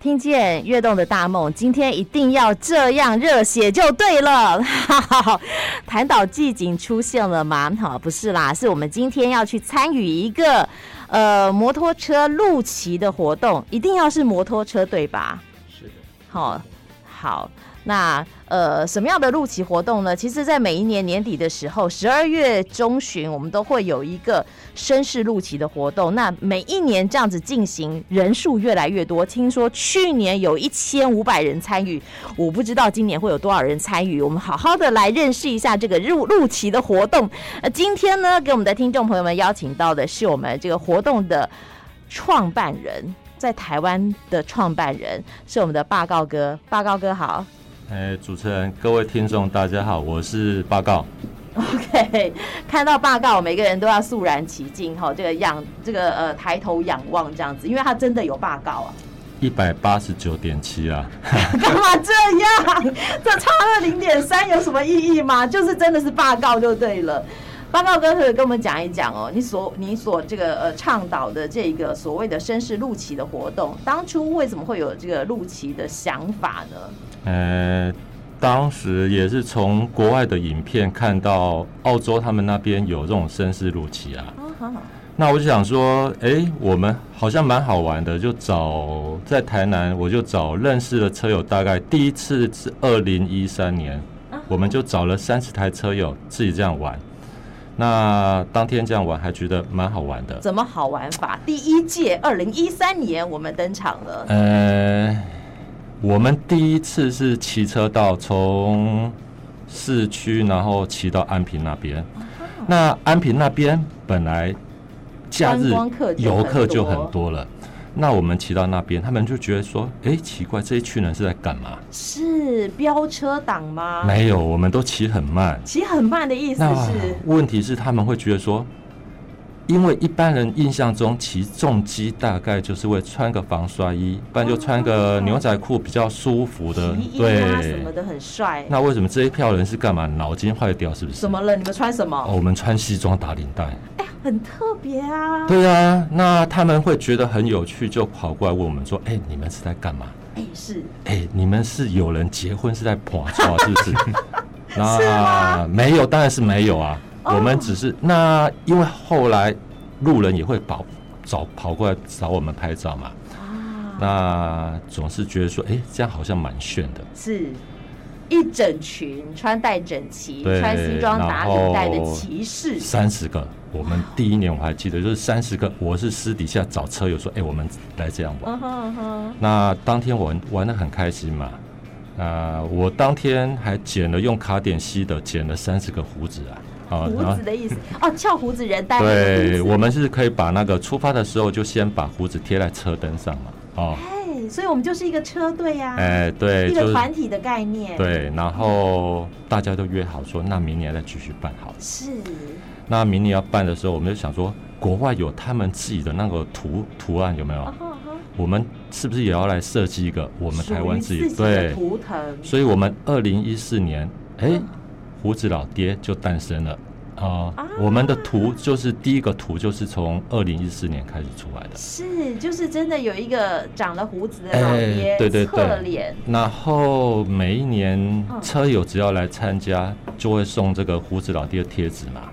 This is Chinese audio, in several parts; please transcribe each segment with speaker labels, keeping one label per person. Speaker 1: 听见跃动的大梦，今天一定要这样热血就对了。 谈到季景出现了吗？好，不是啦，是我们今天要去参与一个呃摩托车路骑的活动，一定要是摩托车对吧？
Speaker 2: 是的，
Speaker 1: 好、好，那呃，什么样的路骑活动呢？其实，在每一年年底的时候，十二月中旬，我们都会有一个绅士路骑的活动。那每一年这样子进行，人数越来越多。听说去年有一千五百人参与，我不知道今年会有多少人参与。我们好好的来认识一下这个路路骑的活动。呃，今天呢，给我们的听众朋友们邀请到的是我们这个活动的创办人，在台湾的创办人是我们的霸告哥。霸告哥好
Speaker 2: 呃，主持人、各位听众，大家好，我是报告。
Speaker 1: ，OK，看 到霸告，每个人都要肃然起敬哈、这个仰这个呃抬头仰望这样子，因为他真的有霸告啊。
Speaker 2: 一百八十九点七啊，
Speaker 1: 干嘛这样？这差了零点三有什么意义吗？就是真的是罢告就对了。报告哥可以跟我们讲一讲哦，你所你所这个呃倡导的这个所谓的绅士路骑的活动，当初为什么会有这个路骑的想法呢？
Speaker 2: 呃，当时也是从国外的影片看到澳洲他们那边有这种绅士路骑啊，
Speaker 1: 啊好好
Speaker 2: 那我就想说，诶，我们好像蛮好玩的，就找在台南，我就找认识的车友，大概第一次是二零一三年
Speaker 1: 啊，
Speaker 2: 我们就找了三十台车友自己这样玩。那当天这样玩还觉得蛮好玩的，
Speaker 1: 怎么好玩法？第一届二零一三年我们登场了，
Speaker 2: 呃，我们第一次是骑车到从市区，然后骑到安平那边。
Speaker 1: 哦
Speaker 2: 那安平那边本来假日
Speaker 1: 观光客就很
Speaker 2: 游客就
Speaker 1: 多
Speaker 2: 很多了，那我们骑到那边，他们就觉得说，哎，奇怪，这一群人是在干嘛？
Speaker 1: 是飙车党吗？
Speaker 2: 没有，我们都骑很慢。
Speaker 1: 骑很慢的意思
Speaker 2: 那
Speaker 1: 是
Speaker 2: 问题是他们会觉得说，因为一般人印象中骑重机大概就是会穿个防摔衣，不然就穿个牛仔裤比较舒服的
Speaker 1: 哦啊皮，衣啊什么
Speaker 2: 对。
Speaker 1: 的很帅。
Speaker 2: 那为什么这一票人是干嘛？脑筋坏掉是不是？
Speaker 1: 怎么了？你们穿什么？
Speaker 2: 哦？我们穿西装打领带。
Speaker 1: 哎呀，很特别啊！
Speaker 2: 对啊，那他们会觉得很有趣，就跑过来问我们说：“哎、你们是在干嘛？
Speaker 1: 哎，是
Speaker 2: 哎、你们是有人结婚是在捧 错是不是？那没有，当然是没有啊。
Speaker 1: 哦
Speaker 2: 我们只是那，因为后来路人也会跑找跑过来找我们拍照嘛，
Speaker 1: 啊，
Speaker 2: 那总是觉得说，哎、这样好像蛮炫的。
Speaker 1: 是一整群穿戴整齐、
Speaker 2: 对
Speaker 1: 穿西装打领带的
Speaker 2: 然后
Speaker 1: 骑士，
Speaker 2: 三十个，我们第一年我还记得，就是三十个，我是私底下找车友说，哎、我们来这样玩。
Speaker 1: 嗯哼嗯哼，
Speaker 2: 那当天我玩玩的很开心嘛，啊、我当天还剪了用卡点吸的，剪了三十个胡子啊，啊
Speaker 1: 胡子的意思哦，翘胡子人戴那个胡
Speaker 2: 对
Speaker 1: 子
Speaker 2: 我们是可以把那个出发的时候就先把胡子贴在车灯上嘛，哦，
Speaker 1: 哎，所以我们就是一个车队呀、
Speaker 2: 哎、对，
Speaker 1: 啊一
Speaker 2: 就
Speaker 1: 个
Speaker 2: 是
Speaker 1: 团体的概念，，
Speaker 2: 对，然后大家都约好说，那明年再继续办好了。
Speaker 1: 是
Speaker 2: 那明年要办的时候，我们就想说，国外有他们自己的那个图图案有没有
Speaker 1: 啊？哈哈，
Speaker 2: 我们是不是也要来设计一个我们台湾
Speaker 1: 属
Speaker 2: 自
Speaker 1: 于
Speaker 2: 己
Speaker 1: 自己的
Speaker 2: 对？
Speaker 1: 图嗯腾，
Speaker 2: 所以我们二零一四年，哎、胡子老爹就诞生了啊、
Speaker 1: 啊
Speaker 2: 我们的图就是第一个图就是从二零一四年开始出来的。
Speaker 1: 是就是真的有一个长了胡子的老
Speaker 2: 哎
Speaker 1: 爹，
Speaker 2: 对对对
Speaker 1: 侧脸，
Speaker 2: 然后每一年
Speaker 1: 嗯
Speaker 2: 车友只要来参加，就会送这个胡子老爹的贴纸嘛，
Speaker 1: 哦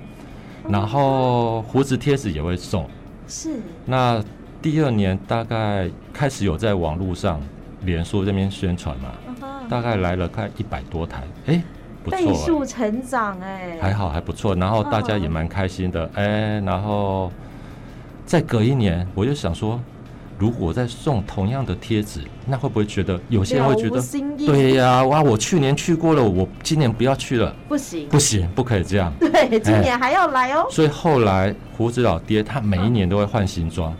Speaker 2: 然后胡子贴纸也会送。
Speaker 1: 是
Speaker 2: 那第二年大概开始有在网络上、脸书这边宣传嘛，
Speaker 1: 啊哈，
Speaker 2: 大概来了快一百多台，哎、不
Speaker 1: 倍
Speaker 2: 错、
Speaker 1: 数成长哎、
Speaker 2: 还好还不错。然
Speaker 1: 嗯
Speaker 2: 后大家也蛮开心的，哎、然后再隔一年，我就想说，如果再送同样的贴纸，那会不会觉得有些人
Speaker 1: 了
Speaker 2: 会觉
Speaker 1: 无
Speaker 2: 得，
Speaker 1: 新意，
Speaker 2: 对呀、哇，我去年去过了，我今年不要去了，
Speaker 1: 不行，
Speaker 2: 不哎行，不可以这样。
Speaker 1: 对，今年还要来哦。
Speaker 2: 所以后来胡子老爹他每一年都会换新装，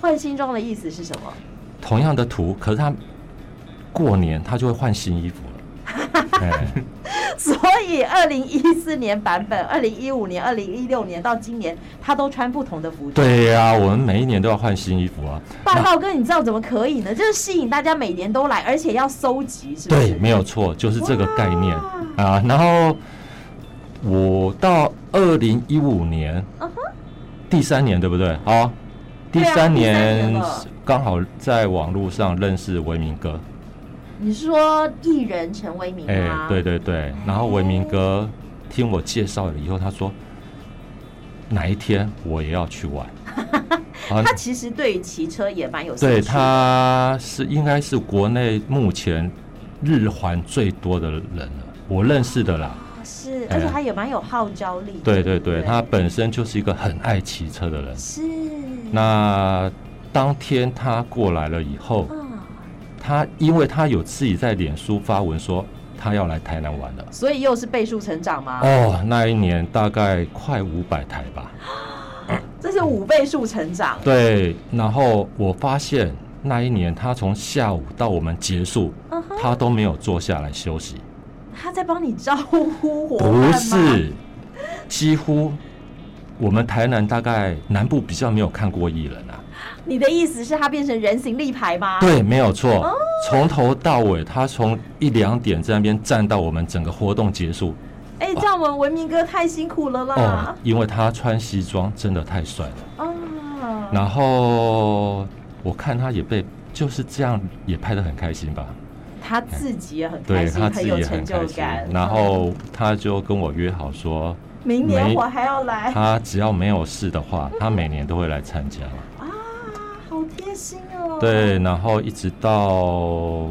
Speaker 1: 换新装的意思是什么？
Speaker 2: 同样的图，可是他过年他就会换新衣服 了。哎，
Speaker 1: 所以二零一四年版本、二零一五年、二零一六年到今年，他都穿不同的服装。
Speaker 2: 对呀、我们每一年都要换新衣服啊。
Speaker 1: 霸道哥，你知道怎么可以呢？就是吸引大家每年都来，而且要收集，是不是？
Speaker 2: 对，没有错，就是这个概念啊。然后我到二零一五年
Speaker 1: 嗯哼
Speaker 2: 第三年，对不对？好，第
Speaker 1: 对啊第
Speaker 2: 三
Speaker 1: 三
Speaker 2: 年
Speaker 1: 年了
Speaker 2: 刚好在网络上认识维明哥，
Speaker 1: 你是说艺人陈为民
Speaker 2: 哎、
Speaker 1: 吗？
Speaker 2: 对对对。然后维明哥听我介绍了以后，他说哪一天我也要去 玩。啊
Speaker 1: 他其实对于骑车也蛮有兴趣。
Speaker 2: 对，他是应该是国内目前日环最多的人了，我认识的啦。
Speaker 1: 啊是，
Speaker 2: 哎
Speaker 1: 而且他也蛮有号召力的。
Speaker 2: 对对
Speaker 1: 不
Speaker 2: 对，他本身就是一个很爱骑车的人。
Speaker 1: 是
Speaker 2: 那当天他过来了以后，
Speaker 1: 啊，
Speaker 2: 他因为他有自己在脸书发文说他要来台南玩了。
Speaker 1: 所以又是倍数成长吗？
Speaker 2: 哦，那一年大概快五百台吧。
Speaker 1: 啊这是五倍数成长。
Speaker 2: 对，然后我发现那一年他从下午到我们结束，
Speaker 1: 嗯哼，
Speaker 2: 他都没有坐下来休息。
Speaker 1: 他在帮你招呼伙伴吗
Speaker 2: 不是，几乎我们台南大概南部比较没有看过艺人啊。
Speaker 1: 你的意思是他变成人形立牌吗？，
Speaker 2: 对，没有错，从头到尾，他从一两点在那边站到我们整个活动结束。
Speaker 1: 哎、这样我们文明哥太辛苦了
Speaker 2: 哦
Speaker 1: 啦。，
Speaker 2: 因为他穿西装真的太帅了。
Speaker 1: 啊，
Speaker 2: 然后我看他也被就是这样也拍得很开心吧，
Speaker 1: 他自己也很开
Speaker 2: 对
Speaker 1: 心，
Speaker 2: 他自己
Speaker 1: 有
Speaker 2: 也
Speaker 1: 成
Speaker 2: 很
Speaker 1: 就
Speaker 2: 开心
Speaker 1: 感。。嗯
Speaker 2: 然后他就跟我约好说，
Speaker 1: 明年我还要来
Speaker 2: 他只要没有事的话，
Speaker 1: 嗯
Speaker 2: 他每年都会来参加。
Speaker 1: 啊，好贴心哦。，
Speaker 2: 对，然后一直到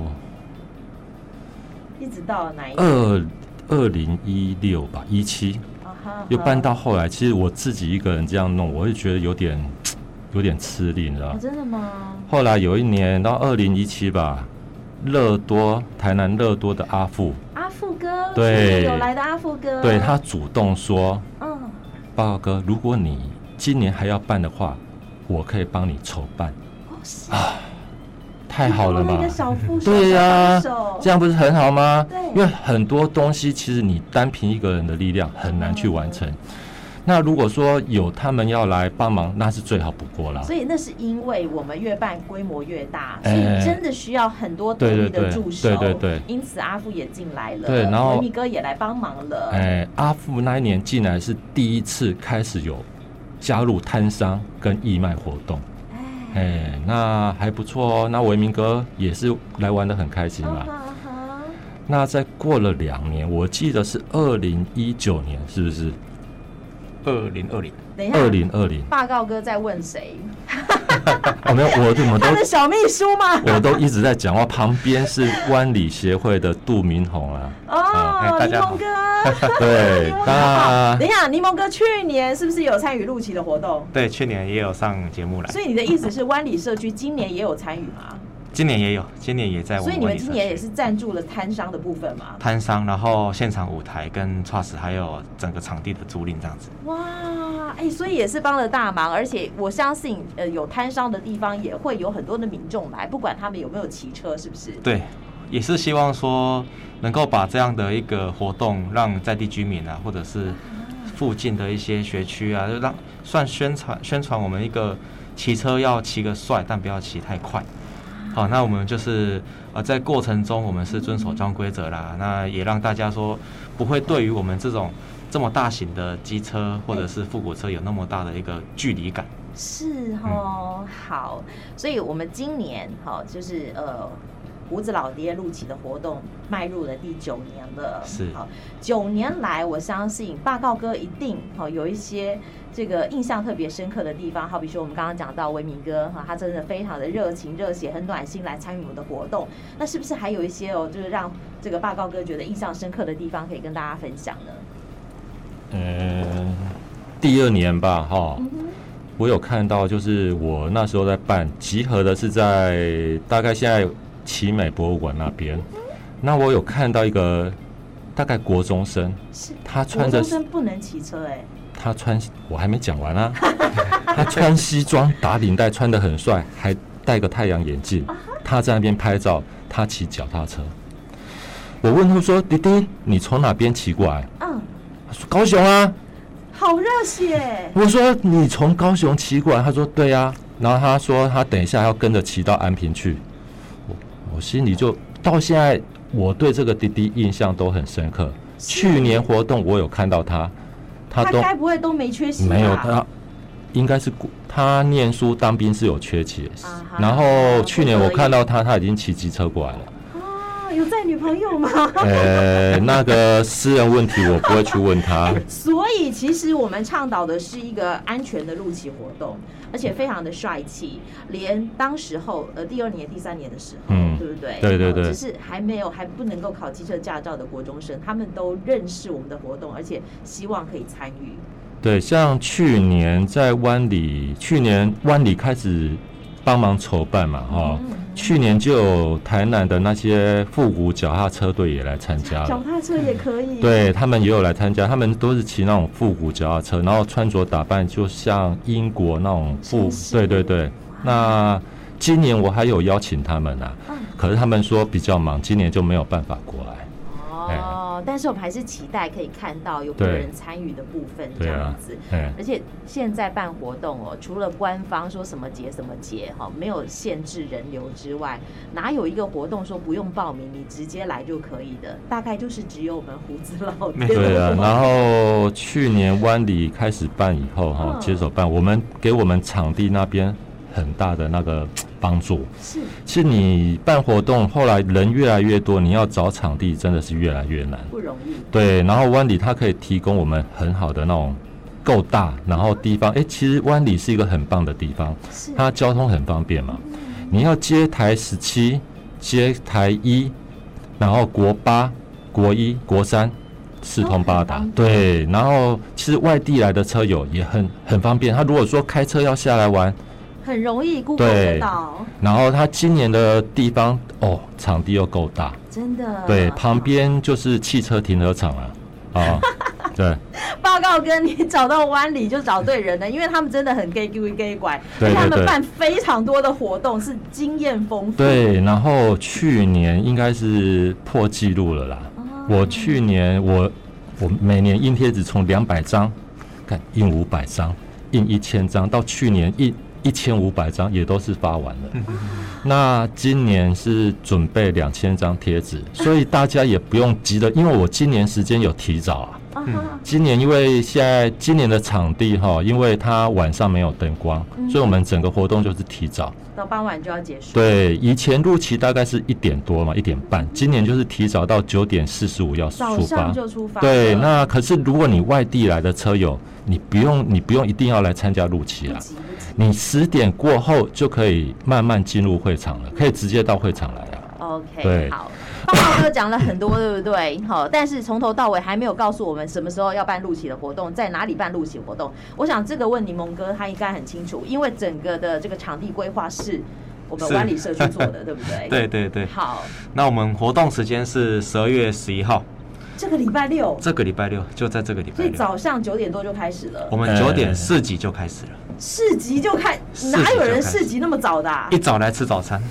Speaker 1: 一直到哪一
Speaker 2: 二二零一六吧，一七
Speaker 1: 啊哈
Speaker 2: 又搬到后来，其实我自己一个人这样弄，我会觉得有点有点吃力，你知道
Speaker 1: 啊
Speaker 2: 吗？
Speaker 1: 真的吗？
Speaker 2: 后来有一年到二零一七吧，乐多台南乐多的阿富，
Speaker 1: 阿富哥，
Speaker 2: 对
Speaker 1: 是有来的阿富哥，
Speaker 2: 对他，主动说
Speaker 1: 嗯，：“
Speaker 2: 报告哥，如果你今年还要办的话，我可以帮你筹办。
Speaker 1: 哦是”
Speaker 2: 啊太好了吧
Speaker 1: 一个？小副手，
Speaker 2: 对呀
Speaker 1: 小帮手
Speaker 2: 这样不是很好吗
Speaker 1: 对？
Speaker 2: 因为很多东西其实你单凭一个人的力量很难去完成。那如果说有他们要来帮忙，那是最好不过啦。
Speaker 1: 所以那是因为我们越办规模越大，所
Speaker 2: 哎
Speaker 1: 以真的需要很多独
Speaker 2: 对
Speaker 1: 立
Speaker 2: 对
Speaker 1: 的
Speaker 2: 对
Speaker 1: 助手。
Speaker 2: 对对对
Speaker 1: 因此阿富也进来了，
Speaker 2: 对然后
Speaker 1: 维密哥也来帮忙了。
Speaker 2: 哎，阿富那一年进来是第一次开始有加入摊商跟义卖活动，
Speaker 1: 哎，
Speaker 2: 哎，那还不错哦。那维明哥也是来玩的很开心
Speaker 1: 啊
Speaker 2: 啦。
Speaker 1: 哈啊哈
Speaker 2: 那再过了两年，我记得是二零一九年，是不是？
Speaker 3: 二零二零，
Speaker 1: 等一下，
Speaker 2: 二零二零？
Speaker 1: 报告哥在问谁？
Speaker 2: 哦，没有，我怎 么都
Speaker 1: 他的小秘书吗？
Speaker 2: 我都一直在讲话，旁边是湾里协会的杜明宏啊。
Speaker 3: 哎
Speaker 1: 哦，
Speaker 3: 大
Speaker 1: 柠
Speaker 3: 家
Speaker 1: 檬
Speaker 3: 好
Speaker 1: 哥。
Speaker 2: 对，
Speaker 1: 哦
Speaker 2: 那
Speaker 1: 等一下，柠檬哥去年是不是有参与陆琪的活动？
Speaker 3: 对，去年也有上节目来，
Speaker 1: 所以你的意思是湾里社区今年也有参与吗？
Speaker 3: 今年也有，今年也在我
Speaker 1: 所
Speaker 3: 们
Speaker 1: 以
Speaker 3: 文
Speaker 1: 你们
Speaker 3: 理社
Speaker 1: 今年也
Speaker 3: 区
Speaker 1: 是赞助了摊商的部分吗？
Speaker 3: 摊商，然后现场舞台跟 trust 还有整个场地的租赁这样子。
Speaker 1: 哇，哎、所以也是帮了大忙，而且我相信，呃，有摊商的地方也会有很多的民众来，不管他们有没有骑车，是不是？
Speaker 3: 对，也是希望说能够把这样的一个活动让在地居民啊，或者是附近的一些学区啊，就让算宣传宣传我们一个骑车要骑个帅，但不要骑太快。好，那我们就是呃，在过程中我们是遵守交通规则啦，那也让大家说不会对于我们这种这么大型的机车或者是复古车有那么大的一个距离感。
Speaker 1: 是哦，好，所以我们今年哈、就是呃。胡子老爹录起的活动迈入了第九年了，
Speaker 3: 是
Speaker 1: 好九年来，我相信霸告哥一定好、有一些这个印象特别深刻的地方，好比说我们刚刚讲到维明哥哈、他真的非常的热情热血，很暖心来参与我们的活动。那是不是还有一些哦，就是让这个霸告哥觉得印象深刻的地方可以跟大
Speaker 2: 呃
Speaker 1: 家分享呢？
Speaker 2: 嗯，第二年吧，哈，我有看到，就是我那时候在办集合的是在大概现在奇美博物馆那边，那我有看到一个大概国中生，
Speaker 1: 是
Speaker 2: 他
Speaker 1: 国
Speaker 2: 穿着
Speaker 1: 中生不能骑车哎、
Speaker 2: 他穿我还没讲完啊， 他穿西装打领带，穿得很帅，还戴个太阳眼镜，
Speaker 1: 啊
Speaker 2: 他在那边拍照，他骑脚踏车。我问他说：“弟弟，你从哪边骑过来
Speaker 1: 嗯，？”
Speaker 2: 他说：“高雄啊。”
Speaker 1: 好热血，
Speaker 2: 我说你从高雄骑过来，他说对啊，然后他说他等一下要跟着骑到安平去，我我心里就到现在我对这个滴滴印象都很深刻。去年活动我有看到他，他
Speaker 1: 他
Speaker 2: 都
Speaker 1: 该不会啊都没缺席吧？
Speaker 2: 没有他，应该是故他念书当兵是有缺勤
Speaker 1: 啊哈，
Speaker 2: 然后去年
Speaker 1: 不
Speaker 2: 我
Speaker 1: 得已
Speaker 2: 看到他他已经骑机车 过来了，
Speaker 1: 啊，有在女朋友吗？
Speaker 2: 呃，那个私人问题我不会去问他。
Speaker 1: 所以其实我们倡导的是一个安全的路骑活动，而且非常的帅气。连当时候呃第二年、第三年的时候，
Speaker 2: 嗯
Speaker 1: 对不对？
Speaker 2: 对对对
Speaker 1: 只是还没有还不能够考机车驾照的国中生，他们都认识我们的活动，而且希望可以参与。
Speaker 2: 对，像去年在湾里，去年湾里开始帮忙筹办嘛，哈、
Speaker 1: 嗯
Speaker 2: 去年就有台南的那些复古脚踏车队也来参加
Speaker 1: 脚
Speaker 2: 了，
Speaker 1: 踏车也可以，，
Speaker 2: 对他们也有来参加，他们都是骑那种复古脚踏车，然后穿着打扮就像英国那种
Speaker 1: 绅，
Speaker 2: 复
Speaker 1: 士
Speaker 2: 对对对。那今年我还有邀请他们啊，
Speaker 1: 嗯
Speaker 2: 可是他们说比较忙，今年就没有办法过来。
Speaker 1: 哦，但是我们还是期待可以看到有个
Speaker 2: 哎对
Speaker 1: 人参与的部分这
Speaker 2: 对啊
Speaker 1: 样子。
Speaker 2: 哎，
Speaker 1: 而且现在办活动哦，除了官方说什么节什么节哈、没有限制人流之外，哪有一个活动说不用报名，你直接来就可以的？大概就是只有我们胡子老爹。
Speaker 2: 对啊，然后去年湾里开始办以后哈、
Speaker 1: 嗯
Speaker 2: 接手办，我们给我们场地那边很大的那个帮助。
Speaker 1: 是
Speaker 2: 是你办活动，后来人越来越多，你要找场地真的是越来越难。
Speaker 1: 不容易。
Speaker 2: 对，然后湾里它可以提供我们很好的那种够大，然后地方，哎，其实湾里是一个很棒的地方，
Speaker 1: 是
Speaker 2: 它交通很方便嘛。你要接台十七、接台一，然后国八、国一、国三，四通八
Speaker 1: 都
Speaker 2: 达
Speaker 1: 哦很方。
Speaker 2: 对，然后其实外地来的车友也很很方便。他如果说开车要下来玩，
Speaker 1: 很容易 Google
Speaker 2: 对
Speaker 1: 得到，
Speaker 2: 然后他今年的地方哦，场地又够大，
Speaker 1: 真的。
Speaker 2: 对，旁边就是汽车停车场了 啊。对，
Speaker 1: 报告哥，你找到湾里就找对人了，因为他们真的很 gay gay gay 拐，
Speaker 2: 对
Speaker 1: 而且他
Speaker 2: 对
Speaker 1: 们
Speaker 2: 对
Speaker 1: 办非常多的活动，是经验丰富。
Speaker 2: 对，然后去年应该是破纪录了啦。
Speaker 1: 哦，
Speaker 2: 我去年我我每年印贴纸从两百张，看印五百张，印一千张，到去年印一千五百张也都是发 完了。那今年是准备两千张贴纸，所以大家也不用急的，因为我今年时间有提早啊。
Speaker 1: 啊哈
Speaker 3: 嗯
Speaker 2: 今年因为现在今年的场地哈，因为它晚上没有灯光，
Speaker 1: 嗯
Speaker 2: 所以我们整个活动就是提早。
Speaker 1: 到傍晚就要结束。
Speaker 2: 对，以前入期大概是一点多嘛，一点半，今年就是提早到九点四十五要
Speaker 1: 早
Speaker 2: 出
Speaker 1: 上
Speaker 2: 发。
Speaker 1: 就出发了。
Speaker 2: 对，那可是如果你外地来的车友，你不用你不用一定要来参加入期
Speaker 1: 不
Speaker 2: 啦，
Speaker 1: 急不急
Speaker 2: 你十点过后就可以慢慢进入会场了，可以直接到会场来了。
Speaker 1: OK，
Speaker 2: 对
Speaker 1: 好，爸爸哥讲了很多，对不对？好，但是从头到尾还没有告诉我们什么时候要办露企的活动，在哪里办露企活动。我想这个问柠檬哥他应该很清楚，因为整个的这个场地规划是我们
Speaker 3: 是
Speaker 1: 湾里社区 做的，对不对？
Speaker 3: 对。对对，
Speaker 1: 好，
Speaker 3: 那我们活动时间是十二月十一号，
Speaker 1: 这个礼拜六，
Speaker 3: 这个礼拜六就在这个礼拜
Speaker 1: 所以
Speaker 3: 六，
Speaker 1: 早上九点多就开始了
Speaker 3: 我，们
Speaker 2: 呃
Speaker 3: 九点四级就开始了，
Speaker 1: 市集就开，
Speaker 3: 市集就
Speaker 1: 哪有人
Speaker 3: 开始
Speaker 1: 市集那么早的、 啊？
Speaker 3: 一早来吃 早餐，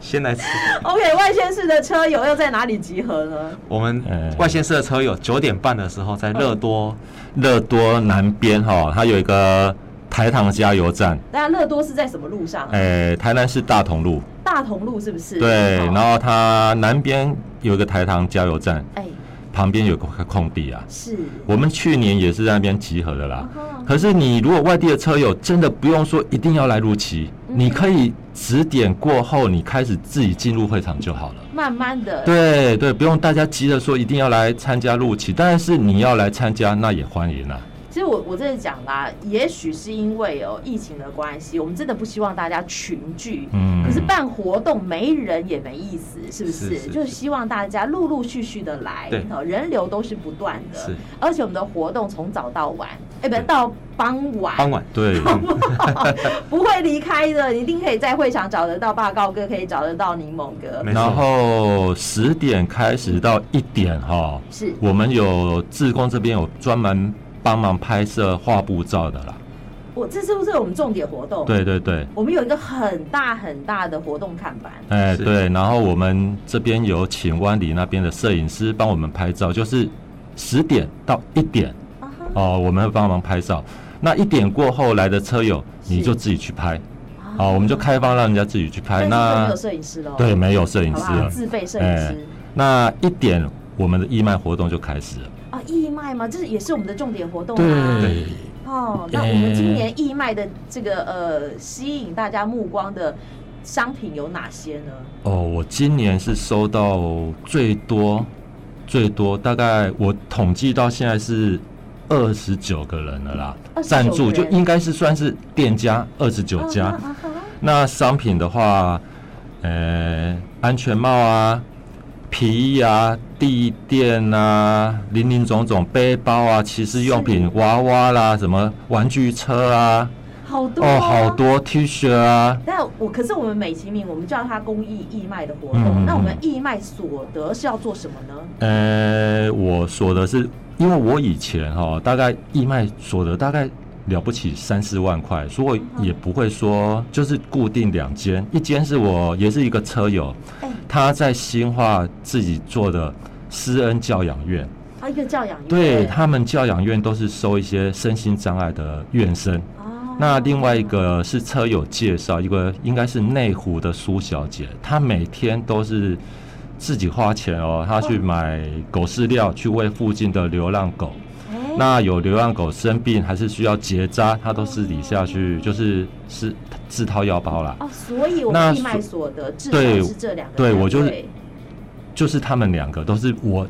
Speaker 3: 先来吃。
Speaker 1: OK，外县市的车友要在哪里集合呢？
Speaker 3: 我们
Speaker 2: 呃
Speaker 3: 外县市的车友九点半的时候在乐多，
Speaker 2: 乐多南边哈，它有一个台糖加油站，
Speaker 1: 大家乐多是在什么路上啊？
Speaker 2: 诶、台南市大同路，
Speaker 1: 大同路是不是？
Speaker 2: 对，
Speaker 1: 哦
Speaker 2: 然后它南边有一个台糖加油站，
Speaker 1: 哎、
Speaker 2: 旁边有个空地啊。
Speaker 1: 是
Speaker 2: 我们去年也是在那边集合的啦。
Speaker 1: 啊
Speaker 2: 可是你如果外地的车友，真的不用说一定要来入旗，你可以十点过后你开始自己进入会场就好了。
Speaker 1: 慢慢的，
Speaker 2: 对对，不用大家急着说一定要来参加入旗，但是你要来参加那也欢迎啦、啊
Speaker 1: 其所以我我真的讲啦，也许是因为哦疫情的关系，我们真的不希望大家群聚。
Speaker 2: 嗯
Speaker 1: 可是办活动没人也没意思，是不是？
Speaker 3: 是是
Speaker 1: 就是希望大家陆陆续续的来
Speaker 3: 对，
Speaker 1: 哦人流都是不断的。
Speaker 3: 是
Speaker 1: 而且我们的活动从早到晚，哎，不
Speaker 3: 对
Speaker 1: 到傍晚，
Speaker 3: 傍晚
Speaker 2: 对，
Speaker 1: 不会离开的，你一定可以在会场找得到报告哥，可以找得到柠檬哥。
Speaker 3: 没错
Speaker 2: 然后十点开始到一点哈，
Speaker 1: 是
Speaker 2: 我们有志工这边有专门帮忙拍摄画布照的啦。
Speaker 1: 我这是不是我们重点活动？，
Speaker 2: 对对对，
Speaker 1: 我们有一个很大很大的活动看板。
Speaker 2: 哎
Speaker 3: 是
Speaker 2: 对，然后我们这边有请湾里那边的摄影师帮我们拍照，就是十点到一点
Speaker 1: 啊哈
Speaker 2: 哦，我们会帮忙拍照。那一点过后来的车友，你
Speaker 1: 是
Speaker 2: 就自己去拍，好，我们就开放让人家自己去拍。
Speaker 1: 但是这没有
Speaker 2: 那
Speaker 1: 摄影师喽，
Speaker 2: 对，，没有摄影
Speaker 1: 好不
Speaker 2: 师
Speaker 1: 好？
Speaker 2: 了。
Speaker 1: 自备摄影师
Speaker 2: 那一点，我们的义卖活动就开始了。
Speaker 1: 啊，义卖吗？这是也是我们的重点活动啊。
Speaker 2: 对，
Speaker 1: 哦，那我们今年义卖的这个呃，吸引大家目光的商品有哪些呢？
Speaker 2: 哦，我今年是收到最多最多，大概我统计到现在是二十九个人了啦
Speaker 1: 29，
Speaker 2: 赞助
Speaker 1: 人
Speaker 2: 就应该是算是店家二十九家。
Speaker 1: 啊哈啊哈
Speaker 2: 那商品的话，呃，安全帽啊、皮衣啊、地垫啊、林林总总背包啊、骑士用品、娃娃啦、什么玩具车啊，
Speaker 1: 好多
Speaker 2: 哦，好。多 T 恤啊，
Speaker 1: 但我可是我们美其名，我们叫它公益义卖的活
Speaker 2: 嗯
Speaker 1: 动。
Speaker 2: 嗯
Speaker 1: 那我们
Speaker 2: 嗯
Speaker 1: 义卖所得是要做什么呢？
Speaker 2: 呃，我说的是，因为我以前哈、大概义卖所得大概了不起三四万块，所以我也不会说就是固定两间，一间是我也是一个车友
Speaker 1: 哎，
Speaker 2: 他在新化自己做的施恩教养院，
Speaker 1: 啊，一个教养院。
Speaker 2: 对他们教养院都是收一些身心障碍的院生。
Speaker 1: 哦
Speaker 2: 那另外一个是车友介绍，一个应该是内湖的苏小姐，她每天都是自己花钱哦，她去买狗饲料去喂附近的流浪狗。
Speaker 1: 哎
Speaker 2: 那有流浪狗生病还是需要结扎，她都私底下去就是是自掏腰包啦。
Speaker 1: 哦，所以我
Speaker 2: 那
Speaker 1: 们义卖所得至少
Speaker 2: 对
Speaker 1: 是这两个单
Speaker 2: 对
Speaker 1: 位。
Speaker 2: 我就是就是他们两个都是我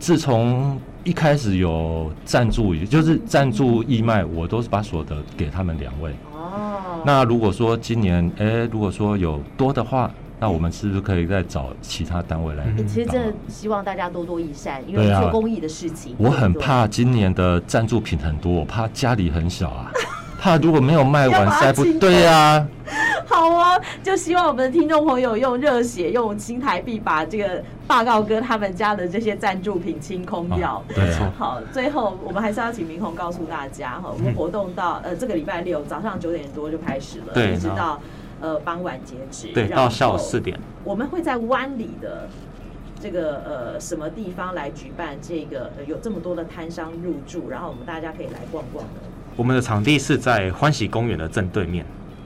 Speaker 2: 自从一开始有赞助，也就是赞助义卖，我都是把所得给他们两位。
Speaker 1: 哦，
Speaker 2: 那如果说今年，哎、如果说有多的话，那我们是不是可以再找其他单位来啊
Speaker 3: 嗯
Speaker 1: 欸？其实真
Speaker 2: 帮
Speaker 1: 的
Speaker 2: 忙
Speaker 1: 希望大家多多益善，因为
Speaker 2: 对啊
Speaker 1: 做公益的事情。
Speaker 2: 我很
Speaker 1: 对不对
Speaker 2: 怕今年的赞助品很多，我怕家里很 小啊，怕如果没有卖
Speaker 1: 要
Speaker 2: 完
Speaker 1: 把它
Speaker 2: 塞不
Speaker 1: 清。
Speaker 2: 对啊呀、
Speaker 1: 好哦，就希望我们的听众朋友用热血、用新台币把这个报告哥他们家的这些赞助品清空掉。
Speaker 2: 啊对啊
Speaker 1: 好，最后我们还是要请明宏告诉大家哈，我
Speaker 2: 嗯
Speaker 1: 们活动到、呃这个礼拜六早上九点多就开始了，
Speaker 3: 对
Speaker 1: 一直
Speaker 3: 然后
Speaker 1: 到呃傍晚截止，
Speaker 3: 对，
Speaker 1: 然后
Speaker 3: 到下午四点。
Speaker 1: 我们会在湾里的这个呃什么地方来举办这个、呃有这么多的摊商入驻，然后我们大家可以来逛逛的。
Speaker 3: 我们的场地是在欢喜公园的正对面，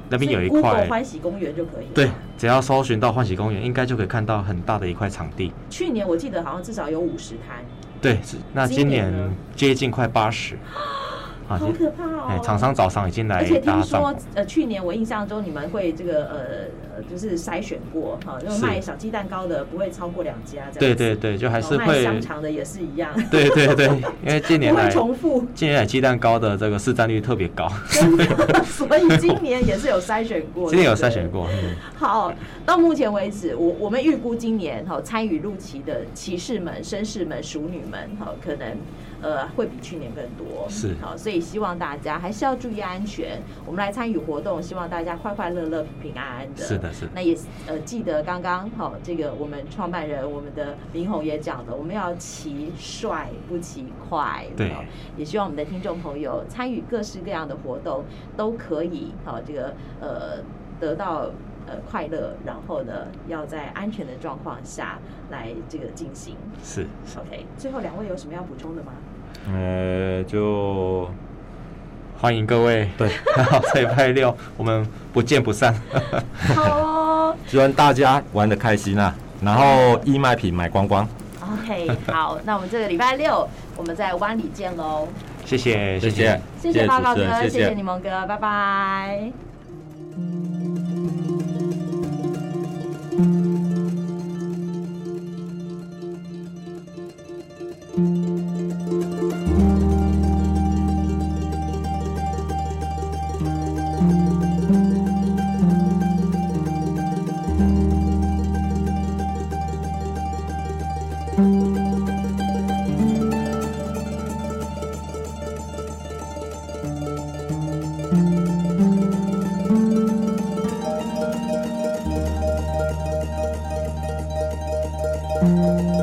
Speaker 3: 那
Speaker 1: 那
Speaker 3: 边有一块。
Speaker 1: 欢喜公园就可以了。
Speaker 3: 对，只要搜寻到欢喜公园，应该就可以看到很大的一块场地。
Speaker 1: 去年我记得好像至少有五十摊，
Speaker 3: 对，是那今
Speaker 1: 今年
Speaker 3: 年
Speaker 1: 呢
Speaker 3: 接近快八十，啊
Speaker 1: 好可怕哦！
Speaker 3: 哎，厂商早上已经来
Speaker 1: 而且
Speaker 3: 搭
Speaker 1: 听
Speaker 3: 帐
Speaker 1: 说
Speaker 3: 篷，，
Speaker 1: 呃，去年我印象中你们会这个呃呃，就是筛选过哈，就是卖小鸡蛋糕的不会超过两家这样子。
Speaker 3: 对对对，就还
Speaker 1: 然后
Speaker 3: 是
Speaker 1: 卖
Speaker 3: 会，
Speaker 1: 香肠的也是一样，
Speaker 3: 对对对，因为近年
Speaker 1: 不会
Speaker 3: 来
Speaker 1: 重复，
Speaker 3: 近年来鸡蛋糕的这个市占率特别高，
Speaker 1: 真的。所以今年也是有筛选过，
Speaker 3: 今年
Speaker 1: 对
Speaker 3: 有
Speaker 1: 不对
Speaker 3: 筛选。过，嗯
Speaker 1: 好，到目前为止，我我们预估今年哈、参与入旗的骑士们、绅士们、淑女们哈、可能呃会比去年更多。
Speaker 3: 是
Speaker 1: 好、所以希望大家还是要注意安全。我们来参与活动，希望大家快快乐乐、平平安安的。
Speaker 3: 是的，是的，
Speaker 1: 那也呃记得刚刚好、这个我们创办人我们的明宏也讲了，我们要骑帅不骑快。
Speaker 3: 对
Speaker 1: 好也希望我们的听众朋友参与各式各样的活动都可以好、这个呃得到。呃，快乐，然后呢，要在安全的状况下来这个进行。
Speaker 3: 是。
Speaker 1: OK，最后两位有什么要补充的吗？
Speaker 3: 呃，就欢迎各位，对， 好，这礼拜六我们不见不散。
Speaker 1: 好哦，
Speaker 2: 希望大家玩的开心啊，然后义卖品买光光。
Speaker 1: OK，好，那我们这个礼拜六我们在湾里见喽。
Speaker 3: 谢谢，
Speaker 2: 谢谢，
Speaker 1: 谢谢报告
Speaker 2: 主持人
Speaker 1: 哥，谢谢柠檬哥，拜拜。
Speaker 4: 嗯